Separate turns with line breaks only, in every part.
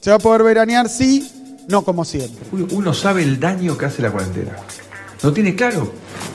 ¿Se va a poder veranear? Sí, no como siempre.
Uy, Uno sabe el daño que hace la cuarentena. No tiene claro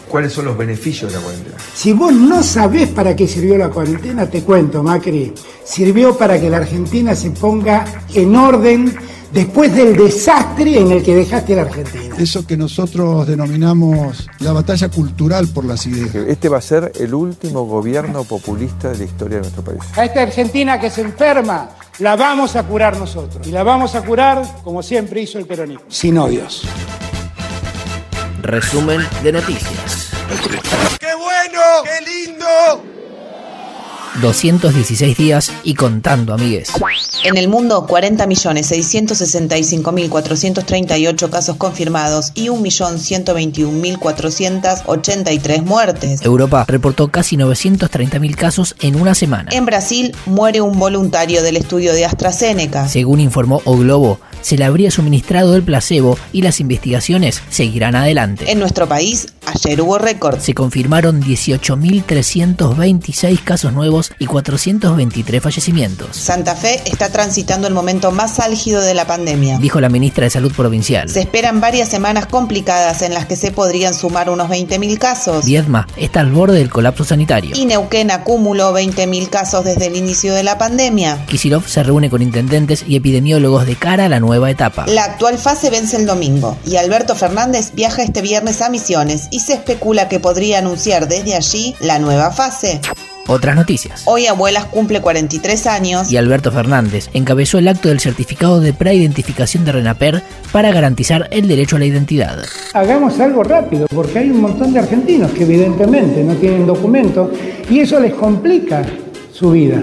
cuáles son los beneficios de la cuarentena.
Si vos no sabés para qué sirvió la cuarentena, te cuento, Macri. Sirvió para que la Argentina se ponga en orden después del desastre en el que dejaste a la Argentina.
Eso que nosotros denominamos la batalla cultural por las ideas.
Este va a ser el último gobierno populista de la historia de nuestro país.
A esta Argentina que se enferma, la vamos a curar nosotros. Y la vamos a curar como siempre hizo el peronismo. Sin odios.
Resumen de noticias. 216 días y contando, amigues.
En el mundo, 40.665.438 casos confirmados y 1.121.483 muertes.
Europa reportó casi 930.000 casos en una semana.
En Brasil, muere un voluntario del estudio de AstraZeneca.
Según informó O Globo, se le habría suministrado el placebo y las investigaciones seguirán adelante.
En nuestro país, ayer hubo récord.
Se confirmaron 18.326 casos nuevos y 423 fallecimientos,
Santa Fe está transitando el momento más álgido de la pandemia.
dijo la ministra de Salud Provincial.
Se esperan varias semanas complicadas en las que se podrían sumar unos 20.000 casos.
Viedma está al borde del colapso sanitario.
Y Neuquén acumuló 20.000 casos desde el inicio de la pandemia.
Kisilov se reúne con intendentes y epidemiólogos de cara a la nueva etapa.
La actual fase vence el domingo y Alberto Fernández viaja este viernes a Misiones y se especula que podría anunciar desde allí la nueva fase.
Otras noticias.
Hoy Abuelas cumple 43 años
Y Alberto Fernández encabezó el acto del certificado de preidentificación de Renaper para garantizar el derecho a la identidad.
Hagamos algo rápido, porque hay un montón de argentinos que evidentemente no tienen documento y eso les complica su vida.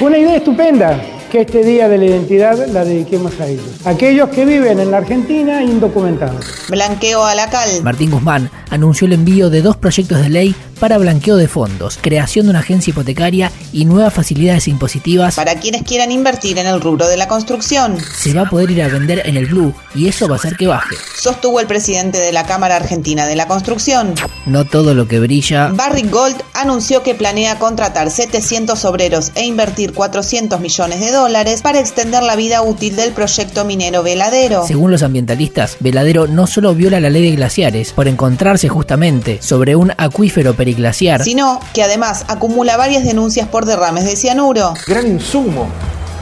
Fue Una idea estupenda que este Día de la Identidad la dediquemos a ellos. Aquellos que viven en la Argentina indocumentados.
Blanqueo a la cal.
Martín Guzmán anunció el envío de dos proyectos de ley para blanqueo de fondos, creación de una agencia hipotecaria y nuevas facilidades impositivas.
Para quienes quieran invertir en el rubro de la construcción,
Se va a poder ir a vender en el Blue y eso va a hacer que baje.
sostuvo el presidente de la Cámara Argentina de la Construcción.
No todo lo que brilla.
Barry Gold anunció que planea contratar 700 obreros e invertir 400 millones de dólares para extender la vida útil del proyecto minero veladero.
Según los ambientalistas, Veladero no solo viola la ley de glaciares por encontrarse justamente sobre un acuífero periglaciar,
sino que además acumula varias denuncias por derrames de cianuro.
gran insumo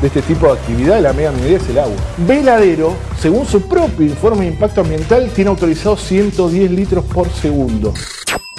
de este tipo de actividad de la mega minería es el agua. Veladero, según su propio informe de impacto ambiental, tiene autorizado 110 litros por segundo.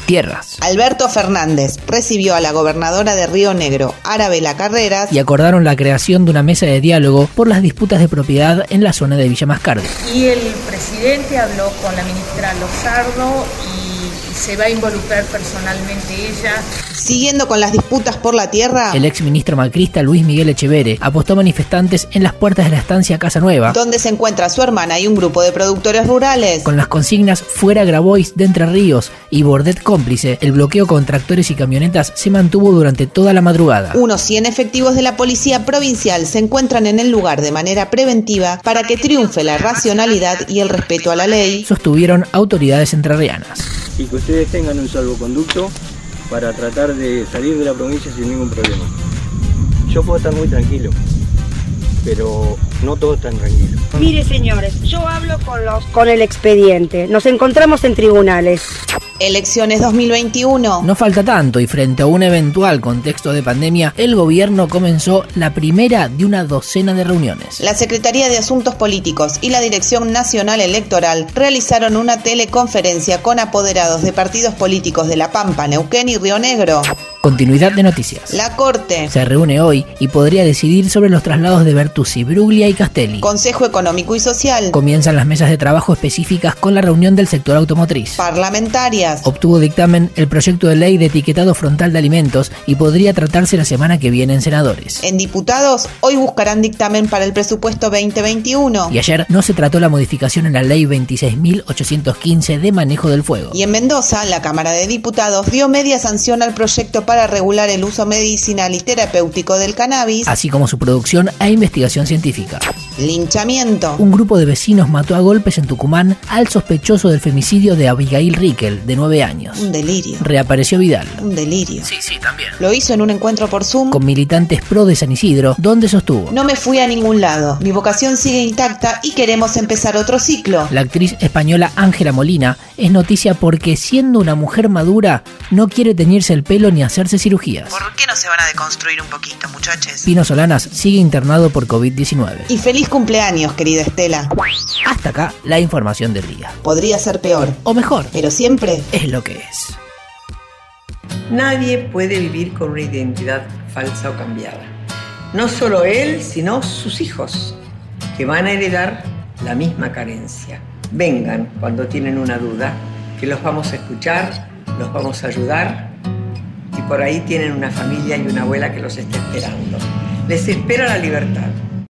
tierras.
Alberto Fernández recibió a la gobernadora de Río Negro, Arabela Carreras,
Y acordaron la creación de una mesa de diálogo por las disputas de propiedad en la zona de Villa Mascardi.
Y el presidente habló con la ministra Lozardo y se va a involucrar personalmente ella.
siguiendo con las disputas por la tierra,
El exministro macrista Luis Miguel Echevere apostó manifestantes en las puertas de la estancia Casa Nueva
donde se encuentra su hermana y un grupo de productores rurales.
con las consignas Fuera Grabois de Entre Ríos y Bordet cómplice. El bloqueo con tractores y camionetas se mantuvo durante toda la madrugada.
Unos 100 efectivos de la policía provincial se encuentran en el lugar de manera preventiva para que triunfe la racionalidad y el respeto a la ley.
Sostuvieron autoridades entrerrianas.
y que ustedes tengan un salvoconducto para tratar de salir de la provincia sin ningún problema. Yo puedo estar muy tranquilo, pero no todos están tranquilos.
Mire, señores, yo hablo con los con el expediente. Nos encontramos en tribunales.
Elecciones 2021.
No falta tanto y frente a un eventual contexto de pandemia, el gobierno comenzó la primera de una docena de reuniones.
La Secretaría de Asuntos Políticos y la Dirección Nacional Electoral realizaron una teleconferencia con apoderados de partidos políticos de La Pampa, Neuquén y Río Negro.
Continuidad de noticias.
La Corte,
Se reúne hoy y podría decidir sobre los traslados de Bertuzzi, Bruglia y Castelli.
Consejo Económico y Social,
Comienzan las mesas de trabajo específicas con la reunión del sector automotriz.
parlamentarias,
Obtuvo dictamen el proyecto de ley de etiquetado frontal de alimentos y podría tratarse la semana que viene en senadores.
en diputados, hoy buscarán dictamen para el presupuesto 2021.
Y ayer no se trató la modificación en la ley 26.815 de manejo del fuego.
Y en Mendoza, la Cámara de Diputados dio media sanción al proyecto para regular el uso medicinal y terapéutico del cannabis,
así como su producción e investigación científica.
linchamiento.
Un grupo de vecinos mató a golpes en Tucumán al sospechoso del femicidio de Abigail Rickel, de 29 años.
Un delirio.
Reapareció Vidal.
Un delirio.
Sí, sí, también.
Lo hizo en un encuentro por Zoom.
Con militantes pro de San Isidro, donde sostuvo.
No me fui a ningún lado. Mi vocación sigue intacta y queremos empezar otro ciclo.
La actriz española Ángela Molina es noticia porque siendo una mujer madura no quiere teñirse el pelo ni hacerse cirugías.
¿Por qué no se van a deconstruir un poquito, muchachos?
Pino Solanas sigue internado por COVID-19.
Y feliz cumpleaños, querida Estela.
Hasta acá la información del día.
Podría ser peor.
O mejor.
Pero siempre
es lo que es.
Nadie puede vivir con una identidad falsa o cambiada. No solo él, sino sus hijos, que van a heredar la misma carencia. Vengan cuando tienen una duda, que los vamos a escuchar, los vamos a ayudar y por ahí tienen una familia y una abuela que los está esperando. Les espera la libertad.